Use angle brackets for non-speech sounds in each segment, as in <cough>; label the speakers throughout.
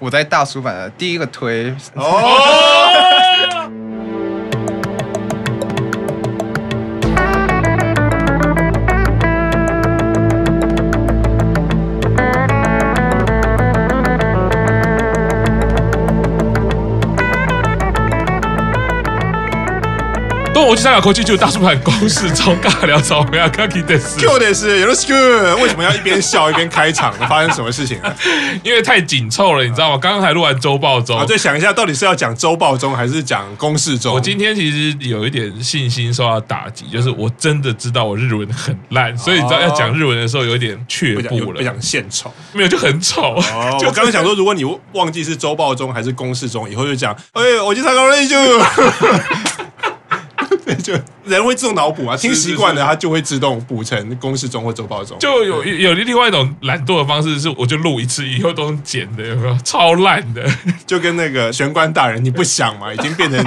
Speaker 1: 我在大叔版的第一个推，
Speaker 2: 哦
Speaker 3: 哦，东我去三角口去就大叔版公式超尬聊超没有 Kaki 的事，
Speaker 2: Q 的是有的是 Q，为什么要一边笑一边开场？发生什么事情啊了？
Speaker 3: 因为太紧凑了，你知道吗？刚刚还录完周报中
Speaker 2: 啊，，再想一下，到底是要讲周报中还是讲公式中？
Speaker 3: 哦我今天其实有一点信心受到打击，就是我真的知道我日文很烂，所以你知道
Speaker 2: 哦
Speaker 3: 要讲日文的时候有一点却
Speaker 2: 不讲
Speaker 3: 步
Speaker 2: 哦不
Speaker 3: 了，
Speaker 2: 讲献丑。
Speaker 3: 没有就很丑。 <laughs>
Speaker 2: 哦，
Speaker 3: 就
Speaker 2: 我刚刚想说，如果你忘记是周报中还是公式中，以后就讲，哎、我去参考了就。 <laughs> 就人会自动脑补啊，听习惯了，他就会自动补成公式中或周报中。
Speaker 3: 就有有另外一种懒惰的方式，是我就录一次，以后都是剪的，有没有？超烂的，
Speaker 2: 就跟那个玄关大人，你不想吗？已经变成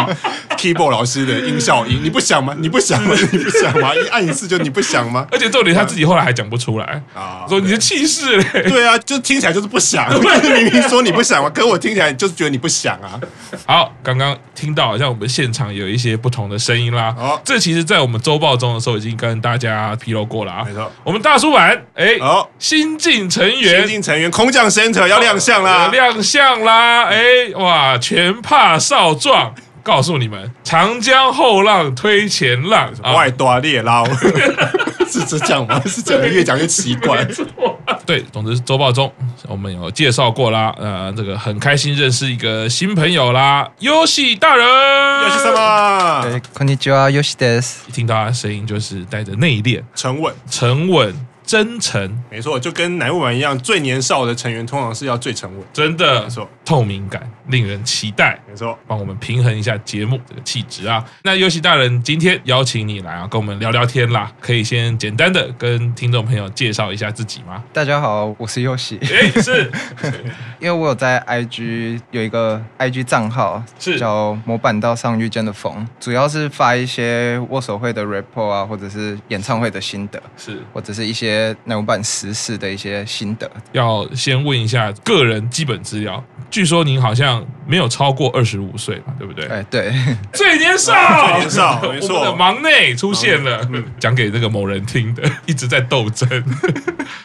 Speaker 2: keyboard 老师的音效音，你不想吗？你不想吗？你不想吗？一按一次就你不想吗？
Speaker 3: 而且重点他自己后来还讲不出来，
Speaker 2: 啊，
Speaker 3: 说你的气势嘞。
Speaker 2: 对啊，就听起来就是不想，明明说你不想嘛，可我听起来就是觉得你不想啊。
Speaker 3: 好，刚刚听到好像我们现场有一些不同的声音啦。
Speaker 2: 好
Speaker 3: 这其实，在我们周报中的时候已经跟大家披露过了啊。
Speaker 2: 没错
Speaker 3: 我们大叔版哎，
Speaker 2: 好，
Speaker 3: 新进成员
Speaker 2: 新进成员空降 center 要亮相啦
Speaker 3: 有，哦亮相啦！哎、哇，全怕少壮。告诉你们，长江后浪推前浪
Speaker 2: 外多猎捞，是是这样吗？是这样，越讲越奇怪。
Speaker 3: 啊对，总之周报中我们有介绍过啦。呃，这个很开心认识一个新朋友啦，优喜大人。
Speaker 2: 要是什？么？
Speaker 1: 对，こんにちは、よしです。
Speaker 3: 一听到他的声音，就是带着内敛、
Speaker 2: 沉稳，
Speaker 3: 沉稳、真诚，
Speaker 2: 没错，就跟男务版一样，最年少的成员通常是要最沉稳。
Speaker 3: 真的
Speaker 2: 没错
Speaker 3: 透明感，令人期待。
Speaker 2: 没错，
Speaker 3: 帮我们平衡一下节目这个气质啊。那尤喜大人今天邀请你来啊，跟我们聊聊天啦，可以先简单的跟听众朋友介绍一下自己吗？
Speaker 1: 大家好，我是尤
Speaker 3: <laughs>
Speaker 1: 喜。
Speaker 3: 哎，是
Speaker 1: 因为我有在 IG 有一个 IG 账号，
Speaker 3: 是
Speaker 1: 叫模板道上遇见的风，主要是发一些握手会的 report 啊，或者是演唱会的心得，
Speaker 3: 是，
Speaker 1: 或者是一些模板时事的一些心得。
Speaker 3: 要先问一下个人基本资料。据说您好像没有超过二十五岁嘛，对不对？
Speaker 1: 哎，对， <laughs>
Speaker 3: 最年少，
Speaker 2: 最年少没错嗯
Speaker 3: 我们的忙内出现了，讲给这个某人听的，一直在
Speaker 2: <laughs>
Speaker 3: 斗争，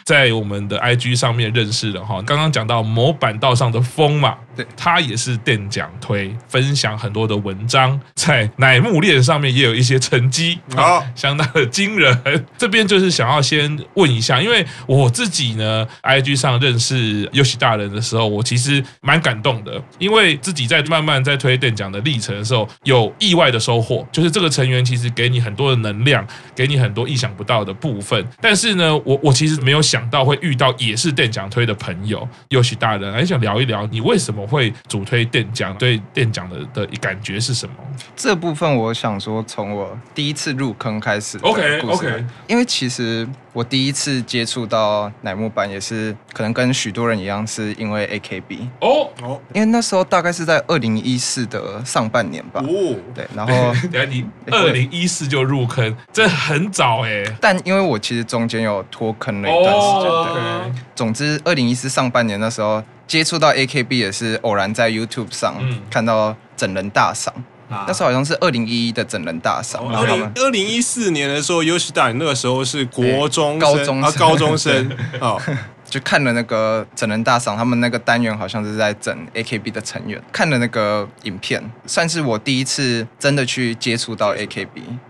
Speaker 3: 在我们的 IG 上面认识了哈。刚刚讲到某板道上的风嘛，
Speaker 1: 对
Speaker 3: 他也是电讲推，分享很多的文章，在乃木链上面也有一些成绩，
Speaker 2: 好
Speaker 3: 啊相当的惊人。这边就是想要先问一下，因为我自己呢，IG 上认识优喜大人的时候，我其实蛮感动的，因为自己在慢慢在推电讲的历程的时候，有意外的收获，就是这个成员其实给你很多的能量，给你很多意想不到的部分。但是呢，我我其实没有想到会遇到也是电讲推的朋友，尤其大人，还想聊一聊你为什么会主推电讲，对电讲的的感觉是什么？
Speaker 1: 这部分我想说，从我第一次入坑开始的
Speaker 3: OK，
Speaker 1: 故事啊
Speaker 3: OK
Speaker 1: 因为其实我第一次接触到乃木坂，也是可能跟许多人一样，是因为 AKB，
Speaker 3: 哦，
Speaker 2: 哦
Speaker 1: 因为那时候大概是在二零一四的上半年吧。
Speaker 2: 哦，
Speaker 1: 对，然后
Speaker 3: 等一下你二零一四就入坑，这很早哎、
Speaker 1: 但因为我其实中间有脱坑了一段时间，对。
Speaker 3: 哦
Speaker 1: 总之，二零一四上半年那时候接触到 AKB 也是偶然在 YouTube 上
Speaker 3: 嗯
Speaker 1: 看到整人大赏，
Speaker 2: 那
Speaker 1: 那时候好像是二零一一的整人大赏，然后
Speaker 2: 啊哦二
Speaker 1: 他
Speaker 2: 零
Speaker 1: 们
Speaker 2: 二零一四年的时候，优喜大你那个时候是国中生
Speaker 1: 对高中生
Speaker 2: 啊，高
Speaker 1: <laughs>
Speaker 2: 中生哦，
Speaker 1: 就看了那个整人大赏，他们那个单元好像是在整 AKB 的成员，看了那个影片，算是我第一次真的去接触到 AKB，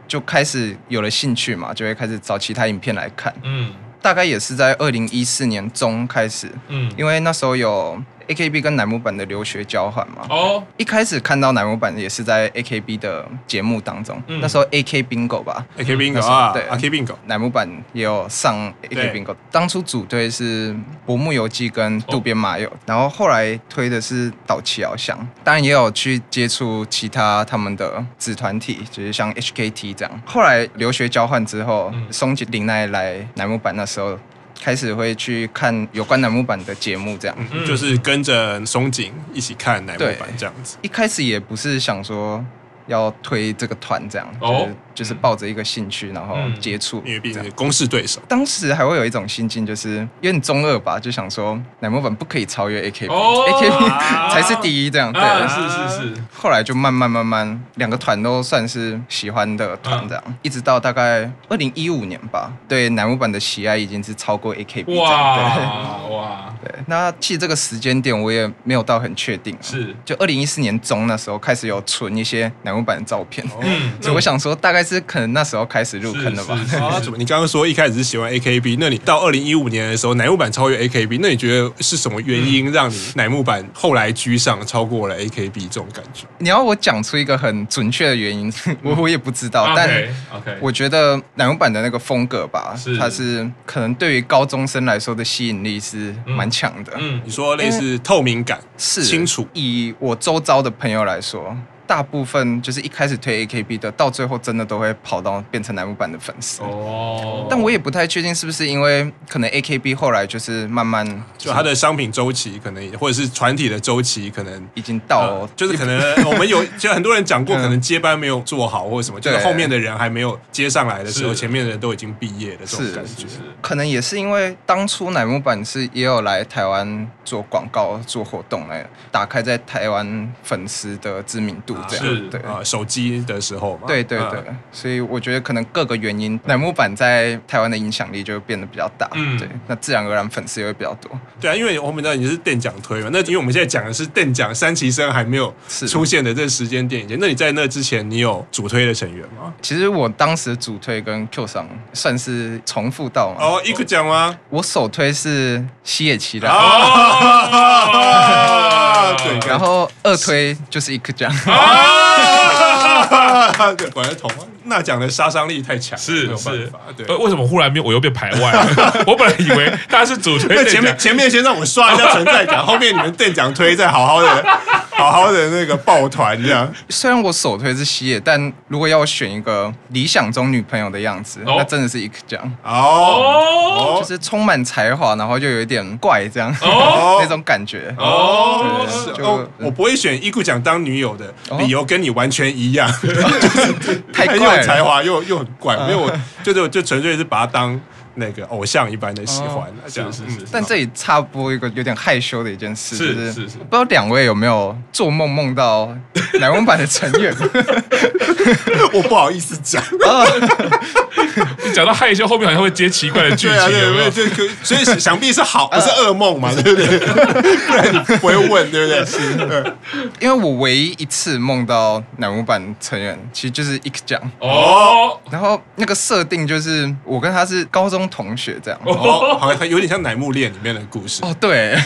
Speaker 1: 就开始有了兴趣嘛，就会开始找其他影片来看，
Speaker 3: 嗯
Speaker 1: 大概也是在二零一四年中开始，
Speaker 3: 嗯，
Speaker 1: 因为那时候有 AKB 跟乃木坂的留学交换嘛。
Speaker 3: 哦，
Speaker 1: 一开始看到乃木坂也是在 AKB 的节目当中，
Speaker 3: 嗯
Speaker 1: 那时候 AK Bingo 吧，
Speaker 2: AK
Speaker 1: 那
Speaker 2: bingo 啊
Speaker 1: 时候
Speaker 2: ，AK bingo
Speaker 1: 乃木坂也有上 AK
Speaker 2: 对
Speaker 1: Bingo。当初组队是薄木游纪跟渡边麻友，然后后来推的是岛崎遥香，当然也有去接触其他他们的子团体，就是像 HKT 这样。后来留学交换之后，
Speaker 3: 嗯
Speaker 1: 松井玲奈来乃木坂那时候。开始会去看有关乃木坂的节目，这样。
Speaker 3: 嗯
Speaker 2: 就是跟着松井一起看乃木
Speaker 1: 对
Speaker 2: 坂这样子。
Speaker 1: 一开始也不是想说要推这个团这样，就是、
Speaker 3: 哦
Speaker 1: 就是抱着一个兴趣然后
Speaker 3: 嗯
Speaker 1: 接触这
Speaker 2: 因为
Speaker 1: 样。
Speaker 2: 毕竟是公式对手，
Speaker 1: 当时还会有一种心境，就是有点中二吧，就想说奶沫本不可以超越 AKB，AKB、
Speaker 3: 哦
Speaker 1: AKB 才是第一这样。对，
Speaker 3: 啊，是是是，
Speaker 1: 后来就慢慢慢慢，两个团都算是喜欢的团这样，
Speaker 3: 啊
Speaker 1: 一直到大概二零一五年吧，对乃木坂的喜爱已经是超过 AKB 这样。对
Speaker 3: 哇哇，
Speaker 1: 对，那其实这个时间点我也没有到很确定啊，
Speaker 3: 是，
Speaker 1: 就二零一四年中那时候开始有存一些乃木坂的照片，
Speaker 3: 嗯，
Speaker 1: <laughs> 所以我想说大概是可能那时候开始入坑的吧。 <laughs>
Speaker 3: 是是
Speaker 2: 啊，怎么？你刚刚说一开始是喜欢 AKB，那你到二零一五年的时候，乃木坂超越 AKB，那你觉得是什么原因让你乃木坂后来居上，超过了 AKB 这种感觉？
Speaker 1: 你要我讲出一个很准确的原因， <laughs> 我我也不知道，但
Speaker 3: 嗯 OK OK，
Speaker 1: 我觉得奶油版的那个风格吧，
Speaker 3: 是
Speaker 1: 它是可能对于高中生来说的吸引力是蛮强的，
Speaker 3: 嗯
Speaker 2: 你说类
Speaker 1: 呃
Speaker 2: 似透明感，
Speaker 1: 是
Speaker 2: 清楚
Speaker 1: 以我周遭的朋友来说，大部分就是一开始推 AKB 的，到最后真的都会跑到变成奶油版的粉丝。
Speaker 3: 哦，
Speaker 1: 但我也不太确定是不是因为可能 AKB 后来就是慢慢
Speaker 2: 就它的商品周期可能也，或者是团体的周期可能。
Speaker 1: 已经到、
Speaker 3: 嗯
Speaker 1: 哦
Speaker 2: 呃就
Speaker 1: <laughs>
Speaker 2: 是可能我们有，就很多人讲过，
Speaker 1: 嗯
Speaker 2: 可能接班没有做好或者什么，就是
Speaker 1: 对
Speaker 2: 后面的人还没有接上来的时候，
Speaker 3: 是
Speaker 2: 前面的人都已经毕业的这种
Speaker 1: 是
Speaker 2: 感觉
Speaker 3: 是。是
Speaker 1: 可能也是因为当初乃木坂是也有来台湾做广告、做活动来打开在台湾粉丝的知名度，这样、
Speaker 3: 是
Speaker 1: 对。
Speaker 2: 啊、手机的时候嘛，
Speaker 1: 对对
Speaker 2: 嗯
Speaker 1: 对，所以我觉得可能各个原因，乃木坂在台湾的影响力就变得比较大，
Speaker 3: 嗯
Speaker 1: 对，那自然而然粉丝也会比较多，
Speaker 2: 对啊，因为我们知道你是电奖推嘛，那因为我们现在讲的是电奖三旗生还没有
Speaker 1: 是
Speaker 2: 出现的这时间点以前，那你在那之前你有主推的成员吗？
Speaker 1: 其实我当时主推跟 Q 上算是重复到嘛，
Speaker 2: 哦，一个奖吗？
Speaker 1: 我首推是西野七郎，
Speaker 2: 哦，对，
Speaker 1: 然后二推就是一克酱，
Speaker 2: 啊， <laughs> 对，管得头啊，那奖的杀伤力太强，没
Speaker 3: 是
Speaker 2: 有办
Speaker 3: 是
Speaker 2: 法，，对。
Speaker 3: 呃为什么忽然变我又被排外了？ <laughs> 我本来以为大家是主
Speaker 1: 哎
Speaker 3: 推
Speaker 2: 那
Speaker 3: 电
Speaker 2: 前面
Speaker 3: 奖
Speaker 2: 前面先让我刷一下存在
Speaker 1: <laughs>
Speaker 2: 感，后面你们电奖推再好好的、好好的那个抱团这样。
Speaker 1: 虽然我首推是西野，但如果要我选一个理想中女朋友的样子，
Speaker 3: 哦
Speaker 1: 那真的是一克酱，
Speaker 2: 哦
Speaker 3: 哦
Speaker 1: 就是充满才华，然后又有一点怪这样、
Speaker 3: 哦
Speaker 1: <laughs> 那种感觉。
Speaker 3: 哦
Speaker 2: 哦，
Speaker 1: 对
Speaker 2: 是
Speaker 1: 就
Speaker 2: 哦，我不会选伊库奖当女友的
Speaker 1: 哦
Speaker 2: 理由跟你完全一样，
Speaker 1: 太
Speaker 2: 很
Speaker 1: 怪
Speaker 2: 有
Speaker 1: 了
Speaker 2: 才华又又很怪，没有，我就就就纯粹是把他当那个偶像一般的喜欢，这样
Speaker 3: 是是是
Speaker 2: 嗯
Speaker 1: 但这里插播一个有点害羞的一件事，
Speaker 3: 是
Speaker 1: 就是
Speaker 3: 是
Speaker 1: 不知道两位有没有做梦梦到奶翁版的成
Speaker 3: <laughs>
Speaker 1: 员？
Speaker 2: <laughs> 我不好意思讲，
Speaker 3: 讲到害羞，后面好像会接奇怪的剧
Speaker 2: 对啊，
Speaker 3: 情，哦有没
Speaker 2: 对，
Speaker 3: 有？
Speaker 2: 对，就所以想必是好，不是噩梦嘛，对不对？不然你不会问，对不对？是，对
Speaker 1: 因为我唯一一次梦到奶翁版成员，其实就是一个奖。
Speaker 3: 哦，
Speaker 1: 然后那个设定就是我跟他是高中同学这样。
Speaker 2: 哦，好像有点像乃木恋里面的故事，
Speaker 1: 哦，对。 <laughs>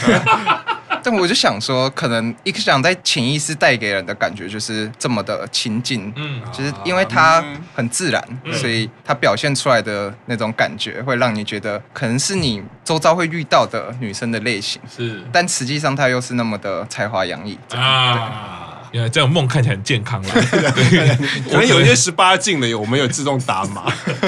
Speaker 1: 但我就想说，可能一个想在潜意识带给人的感觉就是这么的亲近，
Speaker 3: 嗯，
Speaker 1: 就是因为它
Speaker 2: 嗯
Speaker 1: 很自然，
Speaker 3: 嗯
Speaker 1: 所以它表现出来的那种感觉，会让你觉得可能是你周遭会遇到的女生的类型，
Speaker 3: 是
Speaker 1: 但实际上她又是那么的才华洋溢。
Speaker 3: 啊，原来这样梦看起来很
Speaker 1: <laughs>
Speaker 3: 健康啦。对，
Speaker 2: 可能有一些十八禁的，有我们有自动打 <laughs> 码，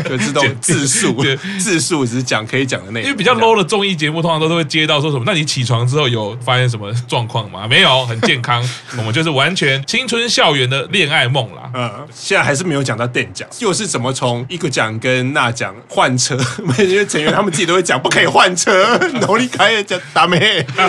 Speaker 2: 有自动字数
Speaker 3: 对，
Speaker 2: 字数只是讲可以讲的内
Speaker 3: 因
Speaker 2: 容，
Speaker 3: 为比较 low 的综艺节目，通常都会接到说什么？那你起床之后有发现什么状况吗？没有，很健
Speaker 1: <laughs>
Speaker 3: 康。我们就是完全青春校园的恋爱梦啦。
Speaker 2: 嗯，现在还是没有讲到电奖，又是怎么从一个奖跟那奖换车？ <laughs> 因为成员他们自己都会讲不可以换 <laughs> 车，努力开也讲打没，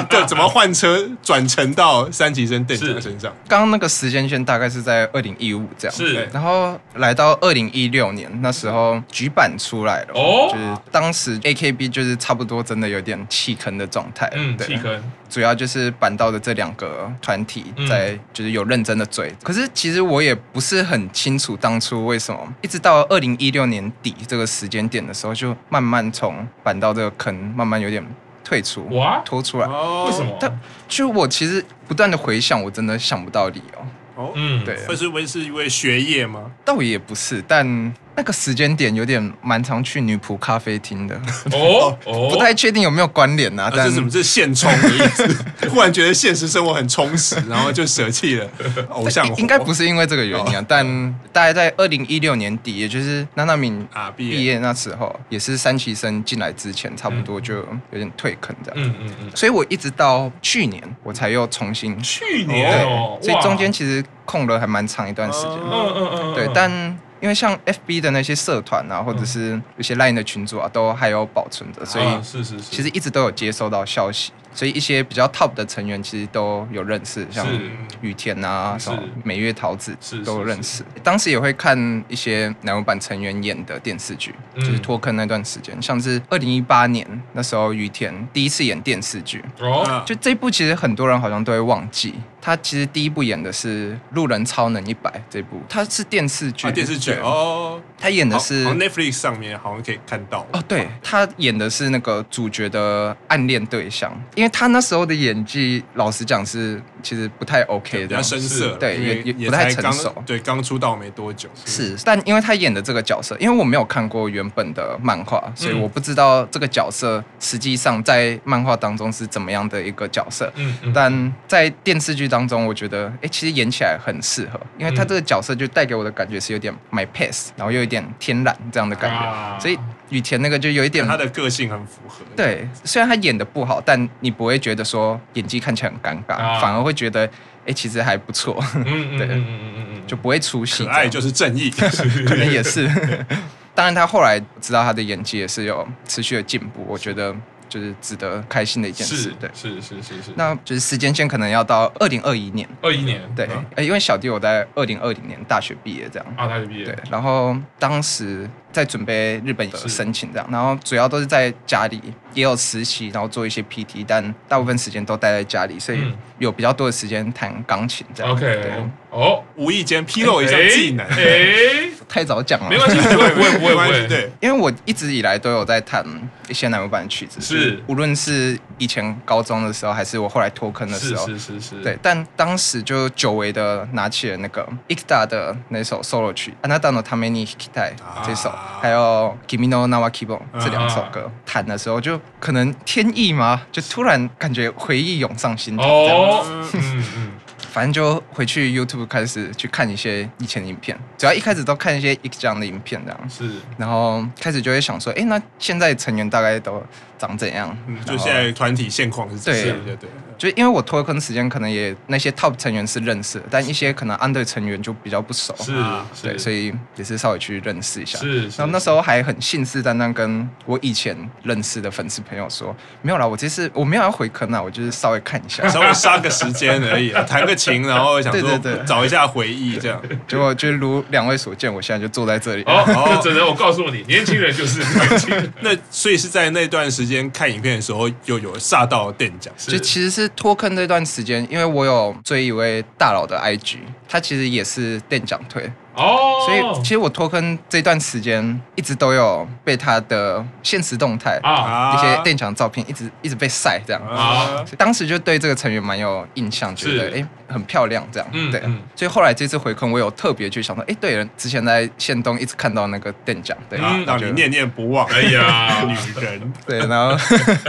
Speaker 2: 对，怎么换车转乘到三级生电奖身上？
Speaker 1: 刚刚那个时间线大概是在二零一五这样，
Speaker 3: 是
Speaker 1: 然后来到二零一六年，那时候局版出来了，
Speaker 3: 哦
Speaker 1: 就是当时 AKB 就是差不多真的有点弃坑的状态，
Speaker 3: 嗯，
Speaker 1: 对哦
Speaker 3: 弃坑
Speaker 1: 主要就是板道的这两个团体
Speaker 3: 嗯
Speaker 1: 在就是有认真的追，可是其实我也不是很清楚当初为什么，一直到二零一六年底这个时间点的时候，就慢慢从板道这个坑慢慢有点退出，
Speaker 3: 哇？
Speaker 1: 拖出来。
Speaker 2: <laughs> 哦
Speaker 3: 为什？么？
Speaker 1: 但就我其实不断的回想，我真的想不到理由，
Speaker 2: 哦，
Speaker 3: 嗯，
Speaker 1: 对，
Speaker 2: 会是会是因为学业吗？
Speaker 1: 倒也不是，但。那个时间点有点蛮常去女仆咖啡厅的，
Speaker 3: 哦呃
Speaker 1: <laughs>
Speaker 3: 哦，
Speaker 1: 不太确定有没有关联啊，
Speaker 2: 啊、这
Speaker 1: 但
Speaker 2: 是什么？这是现充的意 <laughs> 思。忽然觉得现实生活很充实，然后就舍弃了偶像活。
Speaker 1: 应该不是因为这个原
Speaker 3: 哦
Speaker 1: 因啊，但大概在二零一六年底，也就是娜娜敏
Speaker 2: 啊毕业
Speaker 1: 毕业那时候，也是三崎生进来之前，差不多就有点退坑这样。
Speaker 3: 嗯嗯嗯，
Speaker 1: 所以我一直到去年我才又重新，
Speaker 3: 去
Speaker 1: 对
Speaker 3: 年哦，，
Speaker 1: 所以
Speaker 3: 哇
Speaker 1: 中间其实空了还蛮长一段时间。
Speaker 2: 哦
Speaker 3: 嗯嗯嗯嗯，
Speaker 1: 对，
Speaker 3: 嗯
Speaker 1: 但因为像 FB 的那些社团啊，或者是有些 LINE 的群组啊，都还有保存着，所以
Speaker 3: 啊是是是，
Speaker 1: 其实一直都有接收到消息。所以一些比较 top 的成员其实都有认识，像
Speaker 3: 是
Speaker 1: 雨田啊、
Speaker 2: 嗯
Speaker 3: 是
Speaker 1: 什么美月桃子
Speaker 3: 是是
Speaker 1: 都有认识。当时也会看一些男友版成员演的电视剧，
Speaker 3: 嗯
Speaker 1: 就是脱坑那段时间，像是二零一八年那时候雨田第一次演电视剧，
Speaker 3: 哦
Speaker 2: 啊
Speaker 1: 就这部其实很多人好像都会忘记，他其实第一部演的是《路人超能一百》这部，他是电视剧、
Speaker 2: 啊电视剧
Speaker 1: 对，
Speaker 2: 哦，
Speaker 1: 他演的是
Speaker 2: 好好 Netflix 上面好像可以看到
Speaker 1: 哦，对他演的是那个主角的暗恋对象，因为他那时候的演技，老实讲是其实不太 OK
Speaker 2: 比
Speaker 1: 的
Speaker 2: 较，深色，
Speaker 3: 是
Speaker 1: 对
Speaker 2: 因为
Speaker 1: 也也
Speaker 2: 也
Speaker 1: 不太
Speaker 2: 才
Speaker 1: 成
Speaker 2: 刚
Speaker 1: 熟
Speaker 2: 对，刚出道没多久，
Speaker 1: 是，但因为他演的这个角色，因为我没有看过原本的漫画，所以
Speaker 3: 嗯
Speaker 1: 我不知道这个角色实际上在漫画当中是怎么样的一个角色。
Speaker 3: 嗯嗯，
Speaker 1: 但在电视剧当中，我觉得，哎、其实演起来很适合，因为他
Speaker 3: 嗯
Speaker 1: 这个角色就带给我的感觉是有点 my pace，然后又有点天然这样的感
Speaker 3: 啊
Speaker 1: 觉，所以雨田那个就有一点
Speaker 2: 他的个性很符合，，
Speaker 1: 嗯对，虽然他演的不好，但你不会觉得说演技看起来很尴尬，
Speaker 3: 啊
Speaker 1: 反而会觉得，哎、其实还不错，
Speaker 3: 嗯嗯
Speaker 1: 对
Speaker 3: 嗯嗯嗯嗯嗯，
Speaker 1: <laughs> 就不会出戏
Speaker 2: 可
Speaker 1: 这样。
Speaker 2: 爱就是正义，
Speaker 1: 可能也是。 <laughs> 当然，他后来知道他的演技也是有持续的进步，我觉得就是值得开心的一件
Speaker 3: 是
Speaker 1: 事。对，
Speaker 3: 是是是是，
Speaker 1: 那就是时间线可能要到二零二一年。
Speaker 3: 二一年
Speaker 1: 对，
Speaker 3: 啊，
Speaker 1: 呃因为小弟我在二零二零年大学毕业这样。
Speaker 3: 啊大学毕业，
Speaker 1: 对，然后当时在准备日本的
Speaker 3: 是
Speaker 1: 申请这样，然后主要都是在家里也有实习，然后做一些 PT，但大部分时间都待在家里，所以
Speaker 3: 嗯
Speaker 1: 有比较多的时间弹钢琴这样。对
Speaker 3: OK，哦，
Speaker 2: <laughs> 无意间披露一下
Speaker 3: 哎
Speaker 2: 技能，
Speaker 1: <laughs>
Speaker 3: 哎，
Speaker 1: 太早讲了，
Speaker 3: 没关系，不会不会不会
Speaker 2: 没
Speaker 3: 不
Speaker 2: 关系，
Speaker 3: 会，，
Speaker 2: 对，
Speaker 1: <laughs> 因为我一直以来都有在弹一些南无版的曲子，
Speaker 3: 是
Speaker 1: 就无论是以前高中的时候，还是我后来脱坑的时
Speaker 3: 是
Speaker 1: 候，
Speaker 3: 是是是，
Speaker 1: 对。但当时就久违的拿起了那个 IKTA 的那首 solo 曲《あなたのために弾きたい
Speaker 2: 啊》嗯
Speaker 1: 这首，还有《Kimi no Nawa Kibo》这两首歌，弹的时候就可能天意嘛，就突然感觉回忆涌上心头。这样
Speaker 3: 哦，嗯嗯，
Speaker 1: 反正就回去 YouTube 开始去看一些以前的影片，主要一开始都看一些 IK 这样的影片这样。
Speaker 3: 是
Speaker 1: 然后开始就会想说，哎，那现在成员大概都长怎样？
Speaker 2: 嗯，就
Speaker 1: 然后
Speaker 2: 现在团体现况是这
Speaker 1: 啊对
Speaker 2: 样，对对，
Speaker 1: 就因为我脱坑时间可能也那些 top 成员是认识的，但一些可能 under 成员就比较不熟，
Speaker 3: 是
Speaker 2: 啊
Speaker 3: 是，
Speaker 1: 对，所以也是稍微去认识一下。
Speaker 3: 是，
Speaker 1: 然后那时
Speaker 3: 候
Speaker 1: 候还很信誓旦旦跟我以前认识的粉丝朋友说，没有啦，我这次我没有要回坑啊，我就是稍微看一
Speaker 3: <laughs>
Speaker 1: 下，
Speaker 2: 稍微杀个时间
Speaker 1: <laughs>
Speaker 2: 而已啊，弹个琴，然后想说
Speaker 1: 对对对
Speaker 2: 找一下回忆这样，
Speaker 1: 结果就如两位所见，我现在就坐在这里。
Speaker 3: 哦，这 <laughs> 只能我告诉你，年轻人就是年轻人，
Speaker 2: 那所以是在那段时间看影片的时候，又有煞到电奖，
Speaker 1: 就其实是脱坑这段时间，因为我有追一位大佬的 IG，他其实也是店长推，
Speaker 3: 哦，
Speaker 1: 所以其实我脱坑这段时间，一直都有被他的现实动态、
Speaker 3: 啊
Speaker 1: 一些店长照片一直一直被晒这样。
Speaker 3: 啊，
Speaker 1: 当时就对这个成员蛮有印象，觉得
Speaker 3: 是
Speaker 1: 哎、诶很漂亮这样，
Speaker 3: 嗯
Speaker 1: 对
Speaker 3: 嗯。
Speaker 1: 所以后来这次回坑，我有特别去想说，哎、对，之前在县东一直看到那个店长，对，
Speaker 2: 啊
Speaker 3: 嗯，
Speaker 2: 让你念念不忘，
Speaker 3: 哎呀，
Speaker 2: 女 <laughs> 人，
Speaker 1: 对，然后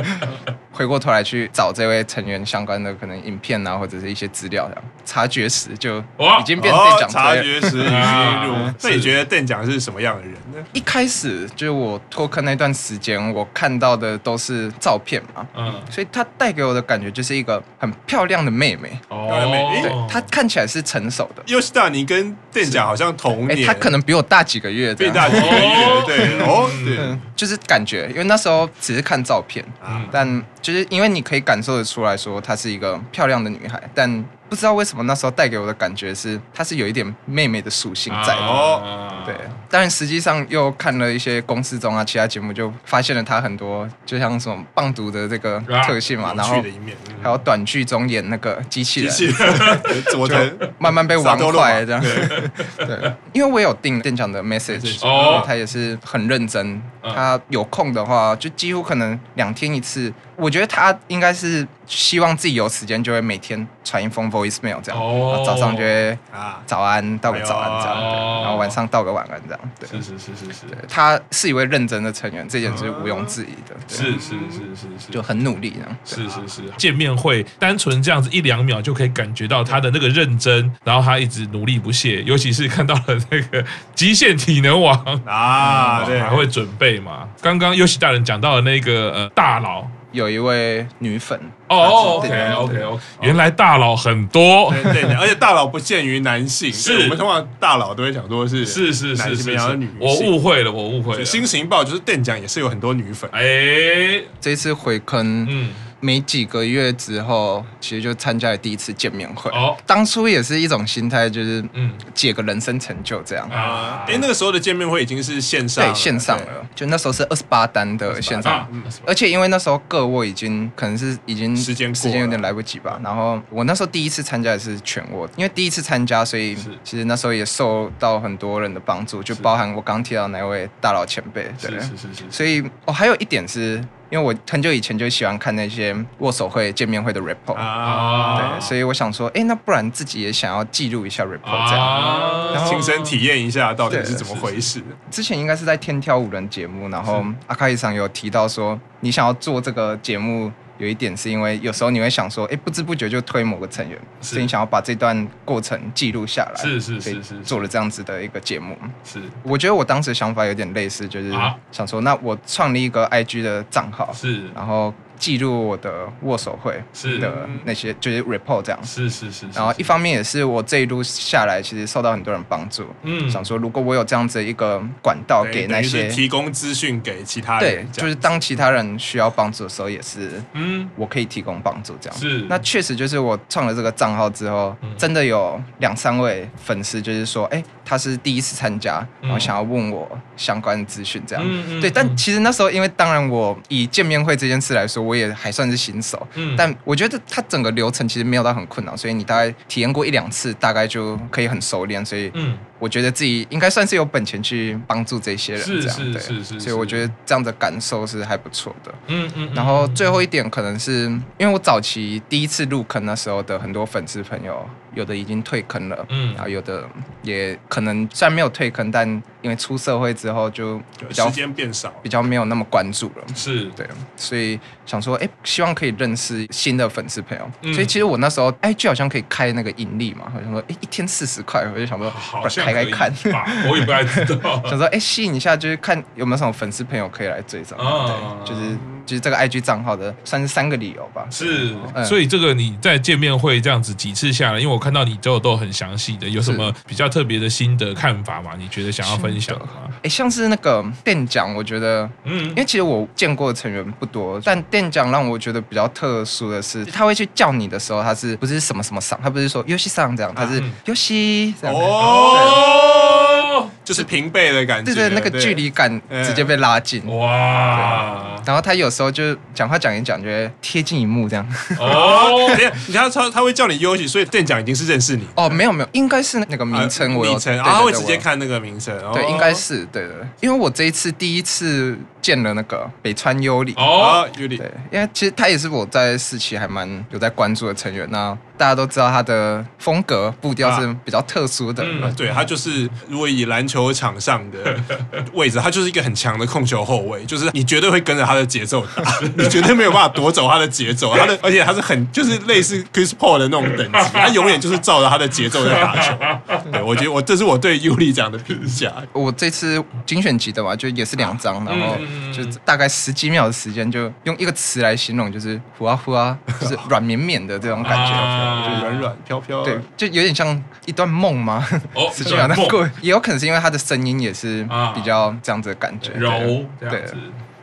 Speaker 1: <laughs> 回过头来去找这位成员相关的可能影片啊，或者是一些资料这样，察觉时就
Speaker 3: 哇哦
Speaker 1: 已经变店长
Speaker 2: 哦察
Speaker 1: 推了。
Speaker 2: 觉时已经入
Speaker 3: 啊。
Speaker 2: 那你
Speaker 3: 是
Speaker 2: 觉得邓奖是什么样的人呢？
Speaker 1: 一开始就是我脱坑那段时间，我看到的都是照片嘛，
Speaker 3: 嗯，
Speaker 1: 所以她带给我的感觉就是一个很漂亮的妹妹，对
Speaker 3: 哦，
Speaker 1: 她看起来是成熟的，
Speaker 2: 尤西大，你跟邓奖好像同
Speaker 1: 哎、
Speaker 2: 年，
Speaker 1: 她可能比我大几个月这
Speaker 2: 被
Speaker 1: 样，
Speaker 2: 大几个
Speaker 3: 哦
Speaker 2: 月，对，哦，对
Speaker 1: 嗯，就是感觉，因为那时候只是看照片，
Speaker 2: 啊，
Speaker 1: 但就是因为你可以感受得出来说她是一个漂亮的女孩，但不知道为什么那时候带给我的感觉是她是有一点妹妹的属性
Speaker 3: 啊
Speaker 1: 在
Speaker 2: 啊
Speaker 1: 的。
Speaker 3: 哦
Speaker 1: 对，当然实际上又看了一些公式中啊，其他节目就发现了她很多，就像什么棒读的这个特性嘛，然
Speaker 2: 啊有趣
Speaker 1: 后
Speaker 2: 的一面，
Speaker 1: 还有短剧中演那个机器
Speaker 2: 机
Speaker 1: 人，
Speaker 2: 器
Speaker 1: <laughs>
Speaker 2: 人怎么的？
Speaker 1: 慢慢被玩坏这样。
Speaker 2: 对
Speaker 1: 对，因为我有订店长的 message，
Speaker 3: 哦
Speaker 1: 然后他也是很认真，
Speaker 3: 嗯
Speaker 1: 他有空的话就几乎可能两天一次。我觉得他应该是希望自己有时间就会每天传一封 voicemail 这样，
Speaker 3: 哦
Speaker 1: 然后早上就会
Speaker 2: 啊，
Speaker 1: 早安道个早安这样，
Speaker 3: 哎呦
Speaker 1: 对然后晚上道个晚安这样，对。
Speaker 3: 是是是是是
Speaker 1: 对他是一位认真的成员，这点是毋庸置疑的。对
Speaker 3: 是是是是是，
Speaker 1: 就很努力这样。
Speaker 3: 是是是，见面会单纯这样子一两秒就可以感觉到他的那个认真，然后他一直努力不懈，尤其是看到了那个极限体能王哦
Speaker 2: 啊，对，
Speaker 3: 嗯还会准备嘛。刚刚优喜大人讲到的那个呃大佬。
Speaker 1: 有一位女粉，
Speaker 2: 啊
Speaker 3: 哦、o
Speaker 1: 对对
Speaker 3: k
Speaker 1: 对
Speaker 3: OK OK，原来大佬很多，
Speaker 2: 对对，对而且大佬不限于男性，
Speaker 3: 是
Speaker 2: 对我们通常大佬都会想说是
Speaker 3: 是是
Speaker 2: 男
Speaker 3: 是
Speaker 2: 性
Speaker 3: 是
Speaker 2: 然后
Speaker 3: 是
Speaker 2: 女性，
Speaker 3: 我误会了，我误会了
Speaker 2: 对。新情报就是店长也是有很多女粉，
Speaker 3: 哎，
Speaker 1: 这次回坑
Speaker 3: 嗯，
Speaker 1: 没几个月之后，其实就参加了第一次见面会。
Speaker 3: 哦，
Speaker 1: 当初也是一种心态，就是
Speaker 3: 嗯
Speaker 1: 解个人生成就这样。
Speaker 3: 啊，
Speaker 2: 哎，那个时候的见面会已经是线上
Speaker 1: 对，
Speaker 2: 了，
Speaker 1: 线上了，就那时候是二十八单的线上
Speaker 3: 啊，
Speaker 1: 而且因为那时候各我已经可能是已经
Speaker 2: 时间过了
Speaker 1: 时间有点来不及吧，然后我那时候第一次参加也是全我，因为第一次参加，所以
Speaker 3: 是
Speaker 1: 其实那时候也受到很多人的帮助，就是包含我刚提到那位大佬前辈，对
Speaker 3: 是，是是是，
Speaker 1: 所以哦还有一点是因为我很久以前就喜欢看那些握手会、见面会的 report，、
Speaker 3: 啊
Speaker 1: 对，所以我想说，哎，那不然自己也想要记录一下 report 这样，
Speaker 3: 啊，
Speaker 1: 然后
Speaker 2: 亲身体验一下到底
Speaker 1: 对
Speaker 2: 是怎么回事。
Speaker 1: 之前应该是在天挑五人节目，然后阿卡伊桑有提到说，你想要做这个节目，有一点是因为有时候你会想说，哎，不知不觉就推某个成员，
Speaker 3: 是
Speaker 1: 所以你想要把这段过程记录下来，
Speaker 3: 是是是
Speaker 1: 所以
Speaker 3: 是是
Speaker 1: 做了这样子的一个节目。
Speaker 3: 是
Speaker 1: 我觉得我当时想法有点类似，就是
Speaker 3: 啊
Speaker 1: 想说，那我创立一个 IG 的账号，
Speaker 3: 是
Speaker 1: 然后记录我的握手会
Speaker 3: 是
Speaker 1: 的那些，就是 report 这样。
Speaker 3: 嗯是是是，
Speaker 1: 然后
Speaker 3: 是
Speaker 1: 一方面也是我这一路下来，其实受到很多人帮助。
Speaker 3: 嗯
Speaker 1: 想说如果我有这样子一个管道
Speaker 2: 对
Speaker 1: 给
Speaker 2: 等
Speaker 1: 那
Speaker 2: 于是
Speaker 1: 些，
Speaker 2: 提供资讯给其他
Speaker 1: 对
Speaker 2: 人，，这
Speaker 1: 就
Speaker 2: 样
Speaker 1: 是当其他人需要帮助的时候，也是
Speaker 3: 嗯
Speaker 1: 我可以提供帮助这样。
Speaker 3: 是
Speaker 1: 那确实就是我创了这个账号之后，
Speaker 3: 嗯
Speaker 1: 真的有两三位粉丝就是说，哎、他是第一次参加，
Speaker 3: 嗯
Speaker 1: 然后想要问我相关的资讯这样。
Speaker 3: 嗯嗯
Speaker 1: 对，
Speaker 3: 嗯
Speaker 1: 但其实那时候，因为当然我以见面会这件事来说，我也还算是新手，
Speaker 3: 嗯
Speaker 1: 但我觉得它整个流程其实没有到很困难，所以你大概体验过一两次，大概就可以很熟练，所以
Speaker 3: 嗯
Speaker 1: 我觉得自己应该算是有本钱去帮助这些人，
Speaker 3: 是
Speaker 1: 这样
Speaker 3: 是
Speaker 1: 对
Speaker 3: 是是
Speaker 1: 所以我
Speaker 3: 是
Speaker 1: 觉得这样的感受是还不错的。
Speaker 3: 嗯嗯，
Speaker 1: 然后最后一点可能是因为我早期第一次入坑那时候的很多粉丝朋友，有的已经退坑了，
Speaker 3: 嗯
Speaker 1: 然后有的也可能虽然没有退坑，但因为出社会之后就比
Speaker 2: 时
Speaker 1: 较
Speaker 2: 间变少，
Speaker 1: 比较没有那么关注了。
Speaker 3: 是
Speaker 1: 对，所以想说，哎，希望可以认识新的粉丝朋友。
Speaker 3: 嗯
Speaker 1: 所以其实我那时候 IG 好像可以开那个盈利嘛，好像说，哎，一天四十块，我就想说，不
Speaker 3: 好
Speaker 1: 然
Speaker 3: 像
Speaker 1: 开开
Speaker 3: 可以
Speaker 1: 看。。
Speaker 3: 吧，我也不太知道
Speaker 1: <laughs> 想说，哎、吸引一下，就是看有没有什么粉丝朋友可以来追这样。
Speaker 3: 哦
Speaker 1: 对，就是就是这个 IG 账号的，算是三个理由吧。
Speaker 3: 是，
Speaker 1: 嗯
Speaker 3: 所以这个你在见面会这样子几次下来，因为我看到你都都很详细的，有什么比较特别的心得看法吗？你觉得想要分享吗？
Speaker 1: 哎、像是那个店长，我觉得，
Speaker 3: 嗯
Speaker 1: 因，为其实我见过的成员不多，但店长让我觉得比较特殊的是，他会去叫你的时候，他是不是什么什么上，他不是说游戏上这样，他是
Speaker 3: 嗯
Speaker 1: 游戏这样。
Speaker 2: 哦，就是平辈的感
Speaker 1: <laughs>
Speaker 2: 觉，
Speaker 1: 对对，那个距离感
Speaker 2: 嗯
Speaker 1: 直接被拉近，
Speaker 3: 哇，
Speaker 1: 然后他有时候就讲话讲一讲，就会贴近一幕这样。
Speaker 3: 哦
Speaker 2: 等一下，哎你看他他会叫你优喜，所以店长已经是认识你
Speaker 1: 哦，没有没有，应该是那个名称，我有
Speaker 2: 昵啊称，
Speaker 1: 对
Speaker 2: 然
Speaker 1: 对
Speaker 2: 后他会
Speaker 1: 对
Speaker 2: 直
Speaker 1: 我
Speaker 2: 接
Speaker 1: 有
Speaker 2: 看那个名称，哦
Speaker 1: 对，应该是对的，因为我这一次第一次见了那个北川优里。 <laughs>
Speaker 3: 哦，
Speaker 2: 哦，有点
Speaker 1: 对，因为其实他也是我在四期还蛮有在关注的成员。那大家都知道他的风格步调是比较特殊的，
Speaker 3: 啊嗯
Speaker 2: 啊， <laughs> 对他就是，如果以篮球场上的位置，他就是一个很强的控球后卫，就是你绝对会跟着他的节奏打，你绝对没有办法夺走他的节奏。他的，而且他是很就是类似 Chris Paul 的那种等级，他永远就是照着他的节奏在打球。对我觉得我这是我对尤利讲的评
Speaker 1: <laughs>
Speaker 2: 价。
Speaker 1: 我这次精选集的嘛，就也是两张，然后
Speaker 3: 嗯嗯嗯
Speaker 1: 就大概十几秒的时间，就用一个词来形容，就是呼啊呼
Speaker 3: <laughs>
Speaker 1: 啊，就是软绵绵的这种感觉。
Speaker 3: 啊
Speaker 2: 就软软飘飘，
Speaker 1: 对，就有点像一段梦 <laughs> 吗？
Speaker 3: 哦
Speaker 1: 十几秒难
Speaker 3: 梦
Speaker 1: 过， <laughs> 也有可能是因为他的声音也是
Speaker 3: 啊
Speaker 1: 比较这样子的感觉， <laughs> 对啊
Speaker 3: 柔这样子，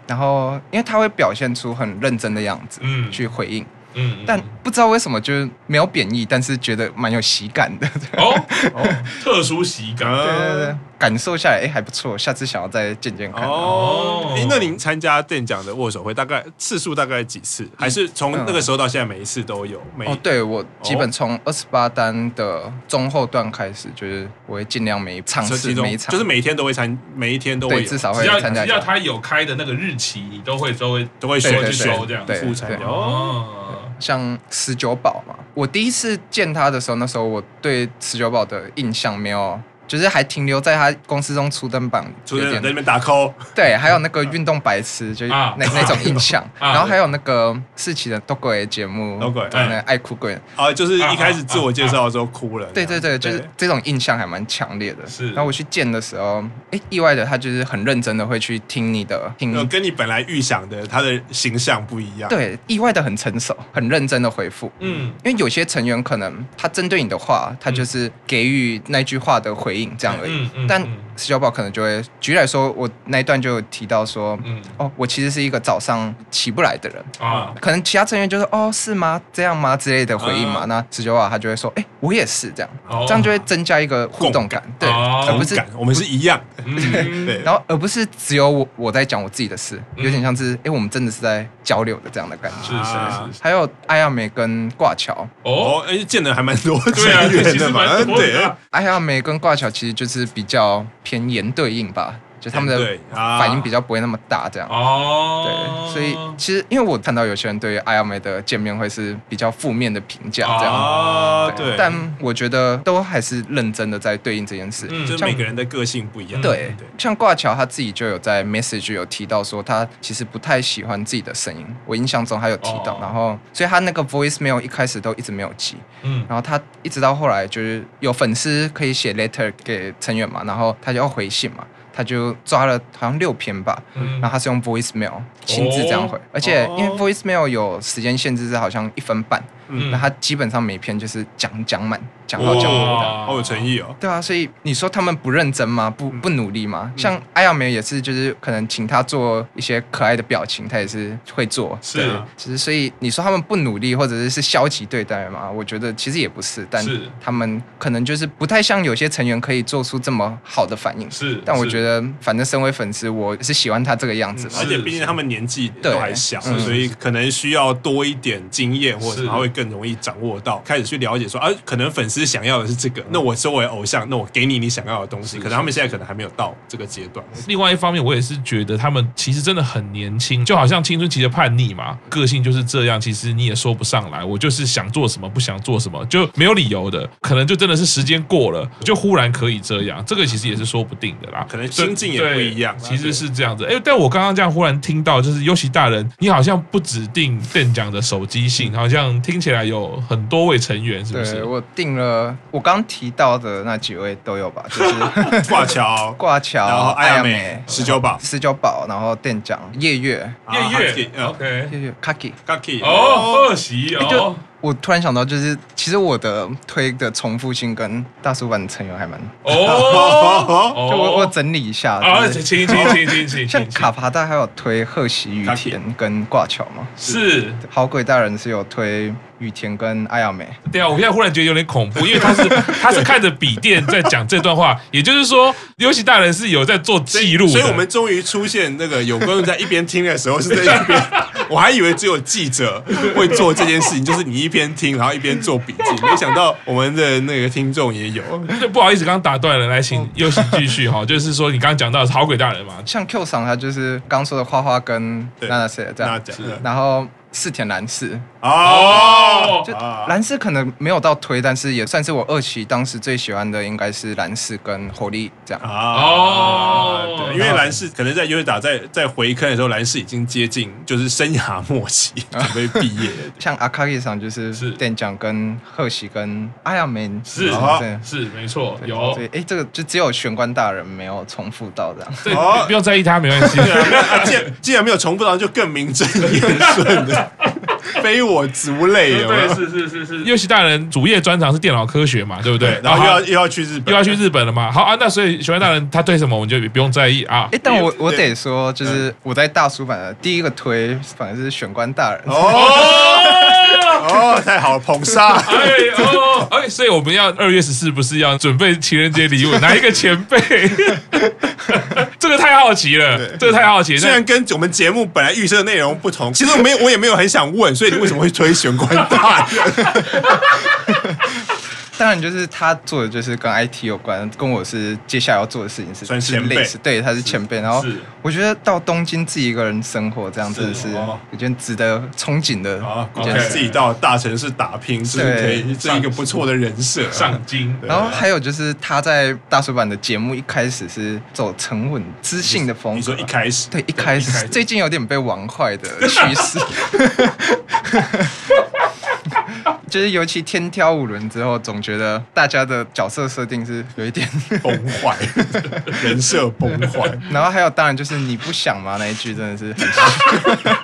Speaker 1: 然后因为他会表现出很认真的样子，
Speaker 3: 嗯
Speaker 1: 去回应，
Speaker 3: 嗯，嗯
Speaker 1: 但不知道为什么就是没有贬义，但是觉得蛮有喜感的。 <laughs>
Speaker 3: 哦哦，特殊喜感
Speaker 1: 对对
Speaker 2: 啊
Speaker 1: 对，感受下来哎还不错，下次想要再见见看。
Speaker 2: 哦
Speaker 3: 哦，
Speaker 2: 哎，那您参加店长的握手会大概次数大概几次？还是从那个时候到现在每一次都有？每
Speaker 1: 嗯哦，对我基本从二十八单的中后段开始，就是我会尽量每一尝
Speaker 2: 这
Speaker 1: 试
Speaker 2: 其中
Speaker 1: 每一场，
Speaker 2: 就是每天都会参，每一天都会
Speaker 1: 对
Speaker 2: 有
Speaker 1: 至少
Speaker 3: 只
Speaker 1: 会
Speaker 3: 要
Speaker 1: 参加
Speaker 3: 只
Speaker 1: 一
Speaker 3: 要
Speaker 1: 下。
Speaker 3: 他有开的那个日期，你都会都会
Speaker 2: 都会
Speaker 1: 对
Speaker 2: 选
Speaker 1: 对
Speaker 2: 去
Speaker 3: 修
Speaker 2: 修
Speaker 3: 这样
Speaker 1: 对
Speaker 3: 子
Speaker 2: 副参
Speaker 1: 对
Speaker 2: 加。哦，
Speaker 3: 哦。
Speaker 1: 像十九宝嘛。我第一次见他的时候，那时候我对十九宝的印象没有，就是还停留在他公司中初登榜
Speaker 2: 除
Speaker 1: 有
Speaker 2: 了在那
Speaker 1: 点
Speaker 2: 边打 call，
Speaker 1: 对，还有那个运动白痴，就是
Speaker 3: 啊
Speaker 1: 那那种印象，
Speaker 3: <laughs> 啊
Speaker 1: 然后还有那个世奇的都鬼节目，
Speaker 2: 都鬼
Speaker 1: 对，那
Speaker 3: 哎
Speaker 1: 个爱哭鬼，
Speaker 2: 啊，就是一开始自我介绍的时候哭了。
Speaker 1: 对对对，
Speaker 2: 这
Speaker 1: 就
Speaker 2: 样
Speaker 1: 是这种印象还蛮强烈的。
Speaker 3: 是
Speaker 1: 然后我去见的时候，哎，意外的他就是很认真的会去听你的，听
Speaker 3: 嗯
Speaker 2: 呃跟你本来预想的他的形象不一
Speaker 1: 嗯
Speaker 2: 样。
Speaker 1: 对，意外的很成熟，很认真的回复。
Speaker 3: 嗯，
Speaker 1: 因为有些成员可能他针对你的话，他就是给予那句话的回应这样而已。
Speaker 3: 嗯嗯
Speaker 1: 但
Speaker 3: 嗯
Speaker 1: 石小宝可能就会举例来说，我那一段就有提到说，
Speaker 3: 嗯
Speaker 1: 哦，我其实是一个早上起不来的人。
Speaker 3: 啊，
Speaker 1: 可能其他成员就是哦是吗这样吗之类的回应嘛，
Speaker 2: 啊
Speaker 1: 那十九号他就会说哎、我也是这样，
Speaker 3: 哦
Speaker 1: 这样就会增加一个互动感，对，
Speaker 3: 哦
Speaker 1: 而不是
Speaker 2: 同感，我们是一样。
Speaker 1: <laughs>
Speaker 3: 嗯，
Speaker 2: 对
Speaker 1: 然后而不是只有我我在讲我自己的事，
Speaker 3: 嗯
Speaker 1: 有点像是哎、诶我们真的是在交流的这样的感觉。
Speaker 3: 是是是，
Speaker 1: 还有艾亚美跟挂桥，
Speaker 3: 哦，
Speaker 2: 哦，哎，见的还蛮多成
Speaker 3: 对啊，
Speaker 2: 员
Speaker 3: 其实
Speaker 2: 的嘛，
Speaker 3: 蛮
Speaker 2: 嗯
Speaker 3: 多的
Speaker 2: 对
Speaker 3: 啊，，
Speaker 1: 艾亚美跟挂桥其实就是比较偏言对应吧，就他们的
Speaker 2: 对啊
Speaker 1: 反应比较不会那么大这样。
Speaker 3: 哦
Speaker 1: 对，，所以其实因为我看到有些人对于艾亚美的见面会是比较负面的评价这样。
Speaker 3: 哦
Speaker 2: 啊，
Speaker 1: 对
Speaker 2: 对，
Speaker 1: 但我觉得都还是认真的在对应这件事。
Speaker 3: 嗯
Speaker 2: 就是
Speaker 1: 像
Speaker 2: 每个人的个性不一样。
Speaker 1: 对
Speaker 2: 嗯对，
Speaker 1: 像挂桥他自己就有在 message 有提到说，他其实不太喜欢自己的声音。我印象中他有提到，
Speaker 3: 哦
Speaker 1: 然后所以他那个 voice mail 一开始都一直没有寄，
Speaker 3: 嗯
Speaker 1: 然后他一直到后来就是有粉丝可以写 letter 给成员嘛，然后他就要回信嘛，他就抓了好像六篇吧，
Speaker 3: 嗯哦
Speaker 1: 然后他是用 voice mail 亲自这样回，而且因为
Speaker 2: 哦
Speaker 1: voice mail 有时间限制是好像一分半，
Speaker 3: 嗯
Speaker 1: 那他基本上每篇就是讲讲满，讲到讲完这样。
Speaker 3: 哇
Speaker 2: 好有诚意哦。
Speaker 1: 对啊，所以你说他们不认真吗？不
Speaker 3: 嗯
Speaker 1: 不努力吗？像艾亚梅也是，就是可能请他做一些可爱的表情，他也是会做。
Speaker 3: 是
Speaker 1: 对
Speaker 3: 啊
Speaker 1: 其实所以你说他们不努力，或者是是消极对待吗？我觉得其实也不是，但
Speaker 3: 是
Speaker 1: 他们可能就是不太像有些成员可以做出这么好的反应。
Speaker 3: 是，
Speaker 1: 但我
Speaker 3: 是
Speaker 1: 觉得，反正身为粉丝，我是喜欢他这个样子
Speaker 3: 嗯
Speaker 1: 嘛
Speaker 2: 而。且
Speaker 3: 是
Speaker 2: 毕
Speaker 3: 是
Speaker 2: 竟他们年纪
Speaker 1: 对
Speaker 2: 都还小，
Speaker 1: 嗯
Speaker 2: 所以可能需要多一点经验，或者
Speaker 3: 是
Speaker 2: 他会更容易掌握到，开始去了解说，啊，可能粉丝想要的是这个，那我作为偶像，那我给你你想要的东西，
Speaker 3: 是
Speaker 2: 可能他们现在可能还没有到这个阶段。
Speaker 3: 另外一方面，我也是觉得他们其实真的很年轻，就好像青春期的叛逆嘛，个性就是这样。其实你也说不上来，我就是想做什么不想做什么，就没有理由的，可能就真的是时间过了，就忽然可以这样，这个其实也是说不定的啦。
Speaker 2: 可能心境也不一样
Speaker 3: 对其实是这样子。哎，但我刚刚这样忽然听到，就是优喜大人，你好像不指定店长的手机信，好像听起来有很多位成员，是不是
Speaker 1: 对？我定了，我刚提到的那几位都有吧，就是
Speaker 2: 挂桥，
Speaker 1: 挂
Speaker 3: <laughs>
Speaker 1: 桥、
Speaker 2: 然后艾
Speaker 1: 艾
Speaker 2: 亚
Speaker 1: 亚
Speaker 2: 美
Speaker 1: 美、、
Speaker 2: 十九宝、
Speaker 1: 十九宝，然后店长夜月、
Speaker 3: 夜月
Speaker 2: 啊
Speaker 3: ，OK，
Speaker 1: 夜月 Kaki。
Speaker 2: Kaki，
Speaker 3: 哦，贺喜哦
Speaker 1: 就。我突然想到，就是其实我的推的重复性跟大叔版的成员还蛮，
Speaker 3: 哦，哦
Speaker 1: <laughs> 就我我整理一下，
Speaker 3: 啊，
Speaker 1: 就是
Speaker 3: 请请请请请请，
Speaker 1: 像
Speaker 3: 请
Speaker 1: 卡帕大还有推贺喜雨田跟挂桥嘛，
Speaker 3: 是，
Speaker 1: 好鬼大人是有推雨田跟艾亚美，
Speaker 3: 对啊，我现在忽然觉得有点恐怖，因为他
Speaker 1: <laughs>
Speaker 3: 是他是看着笔电在讲这段话，也就是说，尤其大人是有在做记录的，
Speaker 2: 所以我们终于出现那个有观众在一边听的时候是在一边，我还以为只有记者会做这件事情，就是你一边听然后一边做笔记，没想到我们的那个听众也有。
Speaker 3: 就不好意思，刚刚打断了，来，请尤其继续哈，就是说你刚刚讲到好鬼大人嘛，
Speaker 1: 像 Q 赏他就是刚说的花花跟
Speaker 2: 对
Speaker 1: 娜娜谁这
Speaker 2: 那
Speaker 1: 样，
Speaker 2: 讲
Speaker 1: <laughs>
Speaker 2: 啊
Speaker 1: 然后四田蓝氏，
Speaker 2: 哦，
Speaker 1: 就
Speaker 2: 啊
Speaker 1: 蓝氏可能没有到推，但是也算是我二期当时最喜欢的应该是蓝氏跟火力这样。
Speaker 2: 啊
Speaker 3: 哦
Speaker 2: 对因为蓝氏可能在尤达在在回坑的时候，蓝氏已经接近就是生涯末期，准备毕业。
Speaker 1: 像阿卡丽上就是是店长跟贺喜跟阿亚梅
Speaker 3: 是
Speaker 1: 对
Speaker 3: 是没错，
Speaker 1: 对
Speaker 3: 有
Speaker 1: 对，，哎，这个就只有玄关大人没有重复到
Speaker 2: <laughs>
Speaker 1: 这样。
Speaker 3: 对，
Speaker 2: 哦
Speaker 3: 不用在意他，没关系，
Speaker 2: 对啊没有啊既然既然没有重复到，就更名正言顺的， <laughs> 非我族类有没有
Speaker 3: <laughs> 对，是是是是，尤其大人主业专长是电脑科学嘛，对不对
Speaker 2: 对，？然后又
Speaker 3: 啊
Speaker 2: 要又要去日本，
Speaker 3: 又要去日本了嘛，好啊，那所以喜欢大人他对什么我们就不用在意啊
Speaker 1: 哎，，但我
Speaker 2: 对
Speaker 1: 我得说，就是我在大叔版的第一个推反而是玄关大人，
Speaker 3: <laughs> 哦，。
Speaker 2: 哦，太好了，捧杀
Speaker 3: 哎哦，哎，所以我们要二月十四不是要准备情人节礼物，哪一个前辈？ <laughs> 这个太好奇了，这个太好奇了。
Speaker 2: 虽
Speaker 3: 那
Speaker 2: 然跟我们节目本来预设的内容不同，其实我没有，我也没有很想问，所以你为什么会推玄关大人？
Speaker 1: 当然就是他做的就是跟 IT 有关，跟我是接下来要做的事情是
Speaker 2: 算
Speaker 1: 是
Speaker 2: 前辈
Speaker 1: 类似，对，他是前辈。然后
Speaker 3: 是
Speaker 1: 我觉得到东京自己一个人生活，这样
Speaker 2: 是
Speaker 1: 真的是
Speaker 2: 哦
Speaker 1: 一件值得憧憬的
Speaker 2: 啊，
Speaker 1: 一
Speaker 2: 果
Speaker 1: 件
Speaker 2: 然
Speaker 1: 事。
Speaker 3: ，OK
Speaker 2: 自己到大城市打拼，是
Speaker 1: 对
Speaker 2: 可以这一个不错的人设。
Speaker 3: 上京，
Speaker 2: 对啊
Speaker 1: 然后还有就是他在大水版的节目一开始是走沉稳知性的风格，
Speaker 2: 你说一开始，
Speaker 1: 对一开
Speaker 3: 一开始
Speaker 1: 始最近有点被玩坏的趋
Speaker 2: <laughs>
Speaker 1: 势，就是尤其天挑五轮之后，总觉得大家的角色设定是有一点， <laughs>
Speaker 2: 崩坏，
Speaker 3: <laughs>
Speaker 2: 人设崩坏，
Speaker 1: 然后还有当然就是你不想嘛那一句真的是很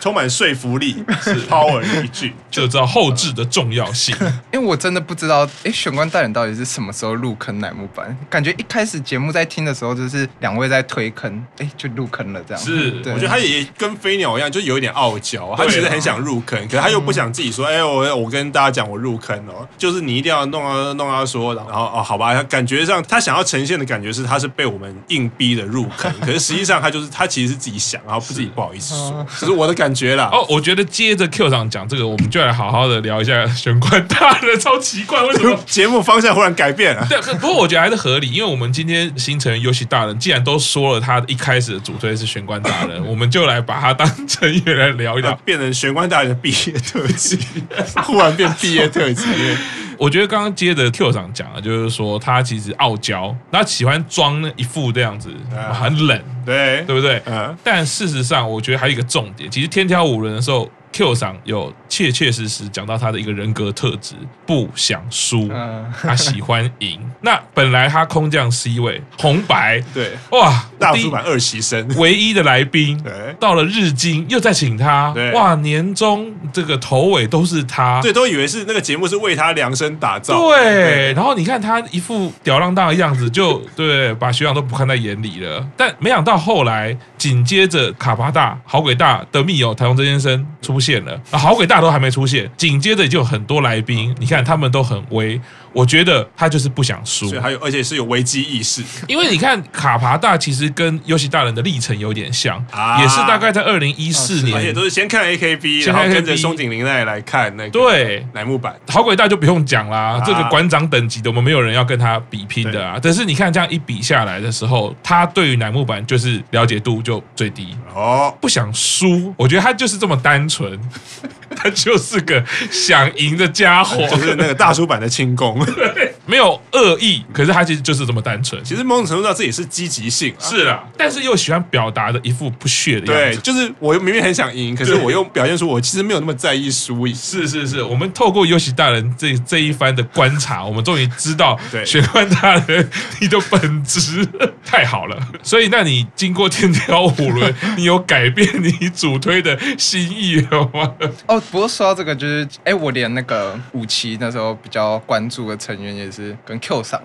Speaker 2: 充满说服力，是 power 的一句。
Speaker 3: 就知道后置的重要性。
Speaker 1: 因哎为我真的不知道，哎，玄关大人到底是什么时候入坑乃木坂？感觉一开始节目在听的时候，就是两位在推坑，哎，就入坑了这样。
Speaker 3: 是
Speaker 1: 对
Speaker 2: 我觉得他也跟飞鸟一样，就有一点傲娇。他
Speaker 3: 对啊
Speaker 2: 其实很想入坑，可是他又不想自己说：“哎、我我跟大家讲，我入坑哦。”就是你一定要弄啊弄啊说，然后哦，好吧，他感觉上他想要呈现的感觉是他是被我们硬逼的入坑，可是实际上他就是他其实是自己想，然后不自己不好意思说，这是我的感觉啦。？
Speaker 3: 哦，我觉得接着 Q 长讲这个，我们就来好好的聊一下玄关大人，超奇怪，为什么
Speaker 2: <laughs> 节目方向忽然改变了。
Speaker 3: 对，可不过我觉得还是合理，因为我们今天新成员尤其大人既然都说了他一开始的主推是玄关大人，我们就来把他当成员来聊一聊。
Speaker 2: 变成玄关大人的毕业特辑， <laughs> 忽然变毕业特辑，因为
Speaker 3: 我觉得刚刚接着 Q 长讲了，就是说他其实傲娇，他喜欢装那一副这样子，
Speaker 2: 啊
Speaker 3: 很冷，
Speaker 2: 对
Speaker 3: 对不对？
Speaker 2: 嗯
Speaker 3: 但事实上，我觉得还有一个重点，其实天挑五轮的时候，Q 上有切切实实讲到他的一个人格特质，不想输，
Speaker 1: 嗯
Speaker 3: 他喜欢赢。那本来他空降 C 位，红白，
Speaker 2: 对，
Speaker 3: 哇，
Speaker 2: 大
Speaker 3: 第一
Speaker 2: 叔版二习生，
Speaker 3: 唯一的来宾
Speaker 2: 对，
Speaker 3: 到了日经又再请他
Speaker 2: 对，
Speaker 3: 哇，年终这个头尾都是他，
Speaker 2: 对，都以为是那个节目是为他量身打造，
Speaker 3: 啊对，然后你看他一副吊儿郎当的样子，就 <laughs> 对，把学长都不看在眼里了。但没想到后来紧接着卡巴大、好鬼大的密友台中真先生出现了，啊，好鬼大都还没出现，紧接着就有很多来宾，你看他们都很威。我觉得他就是不想输，
Speaker 2: 所以还有，而且是有啊危机意识，
Speaker 3: 因为你看卡巴大其实跟优喜大人的历程有点像，
Speaker 2: 啊
Speaker 3: 也是大概在二零一四
Speaker 2: 而且
Speaker 3: 年
Speaker 2: 都，是先看 AKB，
Speaker 3: 先
Speaker 2: 然
Speaker 3: 看
Speaker 2: 后跟着
Speaker 3: AKB
Speaker 2: 松井玲奈来看那个
Speaker 3: 对
Speaker 2: 乃木坂，
Speaker 3: 好鬼大就不用讲啦，
Speaker 2: 啊
Speaker 3: 这个馆长等级的，我们没有人要跟他比拼的啊。但是你看这样一比下来的时候，他对于乃木坂就是了解度就最低，
Speaker 2: 哦，
Speaker 3: 不想输。我觉得他就是这么单纯， <laughs> 他就是个想赢的家伙，
Speaker 2: 就是那个大叔版的轻功，
Speaker 3: 没有恶意，可是他其实就是这么单纯。
Speaker 2: 其实某种程度上这也是积极性啊。
Speaker 3: 是啦，但是又喜欢表达的一副不屑的样
Speaker 2: 对，
Speaker 3: 子。
Speaker 2: 就是我明明很想赢，可是我又表现出我其实没有那么在意输赢。
Speaker 3: 是是是，我们透过优喜大人这这一番的观察，我们终于知道
Speaker 2: <laughs> 对
Speaker 3: 玄关大人你的本质 <laughs> 太好了。所以，那你经过天挑
Speaker 2: <laughs>
Speaker 3: 五轮，你有改变你主推的心意了吗？ <laughs>
Speaker 1: 哦，不过说到这个，就是哎，我连那个武器那时候比较关注的成员也是跟 Q 上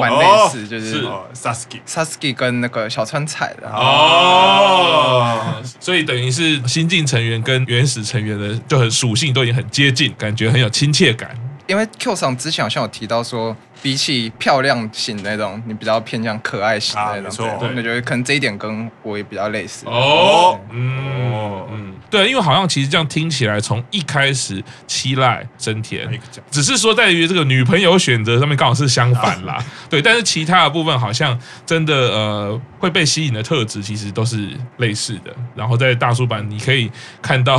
Speaker 1: 蛮
Speaker 3: 哦
Speaker 1: 类似，就是
Speaker 3: 是
Speaker 2: 哦，Sasuke，
Speaker 1: Sasuke 跟那个小川彩的。
Speaker 2: 哦
Speaker 3: 哦，所以等于是新进成员跟原始成员的就很属性都已经很接近，感觉很有亲切感。
Speaker 1: 因为 Q 上之前好像有提到说，比起漂亮型那种，你比较偏向可爱型
Speaker 2: 啊
Speaker 1: 那
Speaker 2: 没
Speaker 1: 种
Speaker 2: 错，
Speaker 1: 对那觉得可能这一点跟我也比较类似。
Speaker 3: 哦
Speaker 2: 哦，
Speaker 3: 嗯嗯，对，因为好像其实这样听起来，从一开始七濑真田
Speaker 2: 没讲，
Speaker 3: 只是说在于这个女朋友选择上面刚好是相反啦，对，但是其他的部分好像真的呃会被吸引的特质其实都是类似的。然后在大叔版你可以看到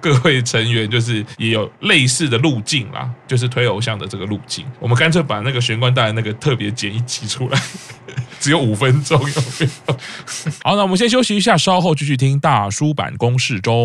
Speaker 3: 各位成员就是也有类似的路径啦， <laughs> 就是推偶像的这个路径。我们干脆把那个玄关大人那个特别剪一集出来， <laughs> 只有五分钟，有 <laughs> 没有？好，那我们先休息一下，稍后继续听大叔版公式中。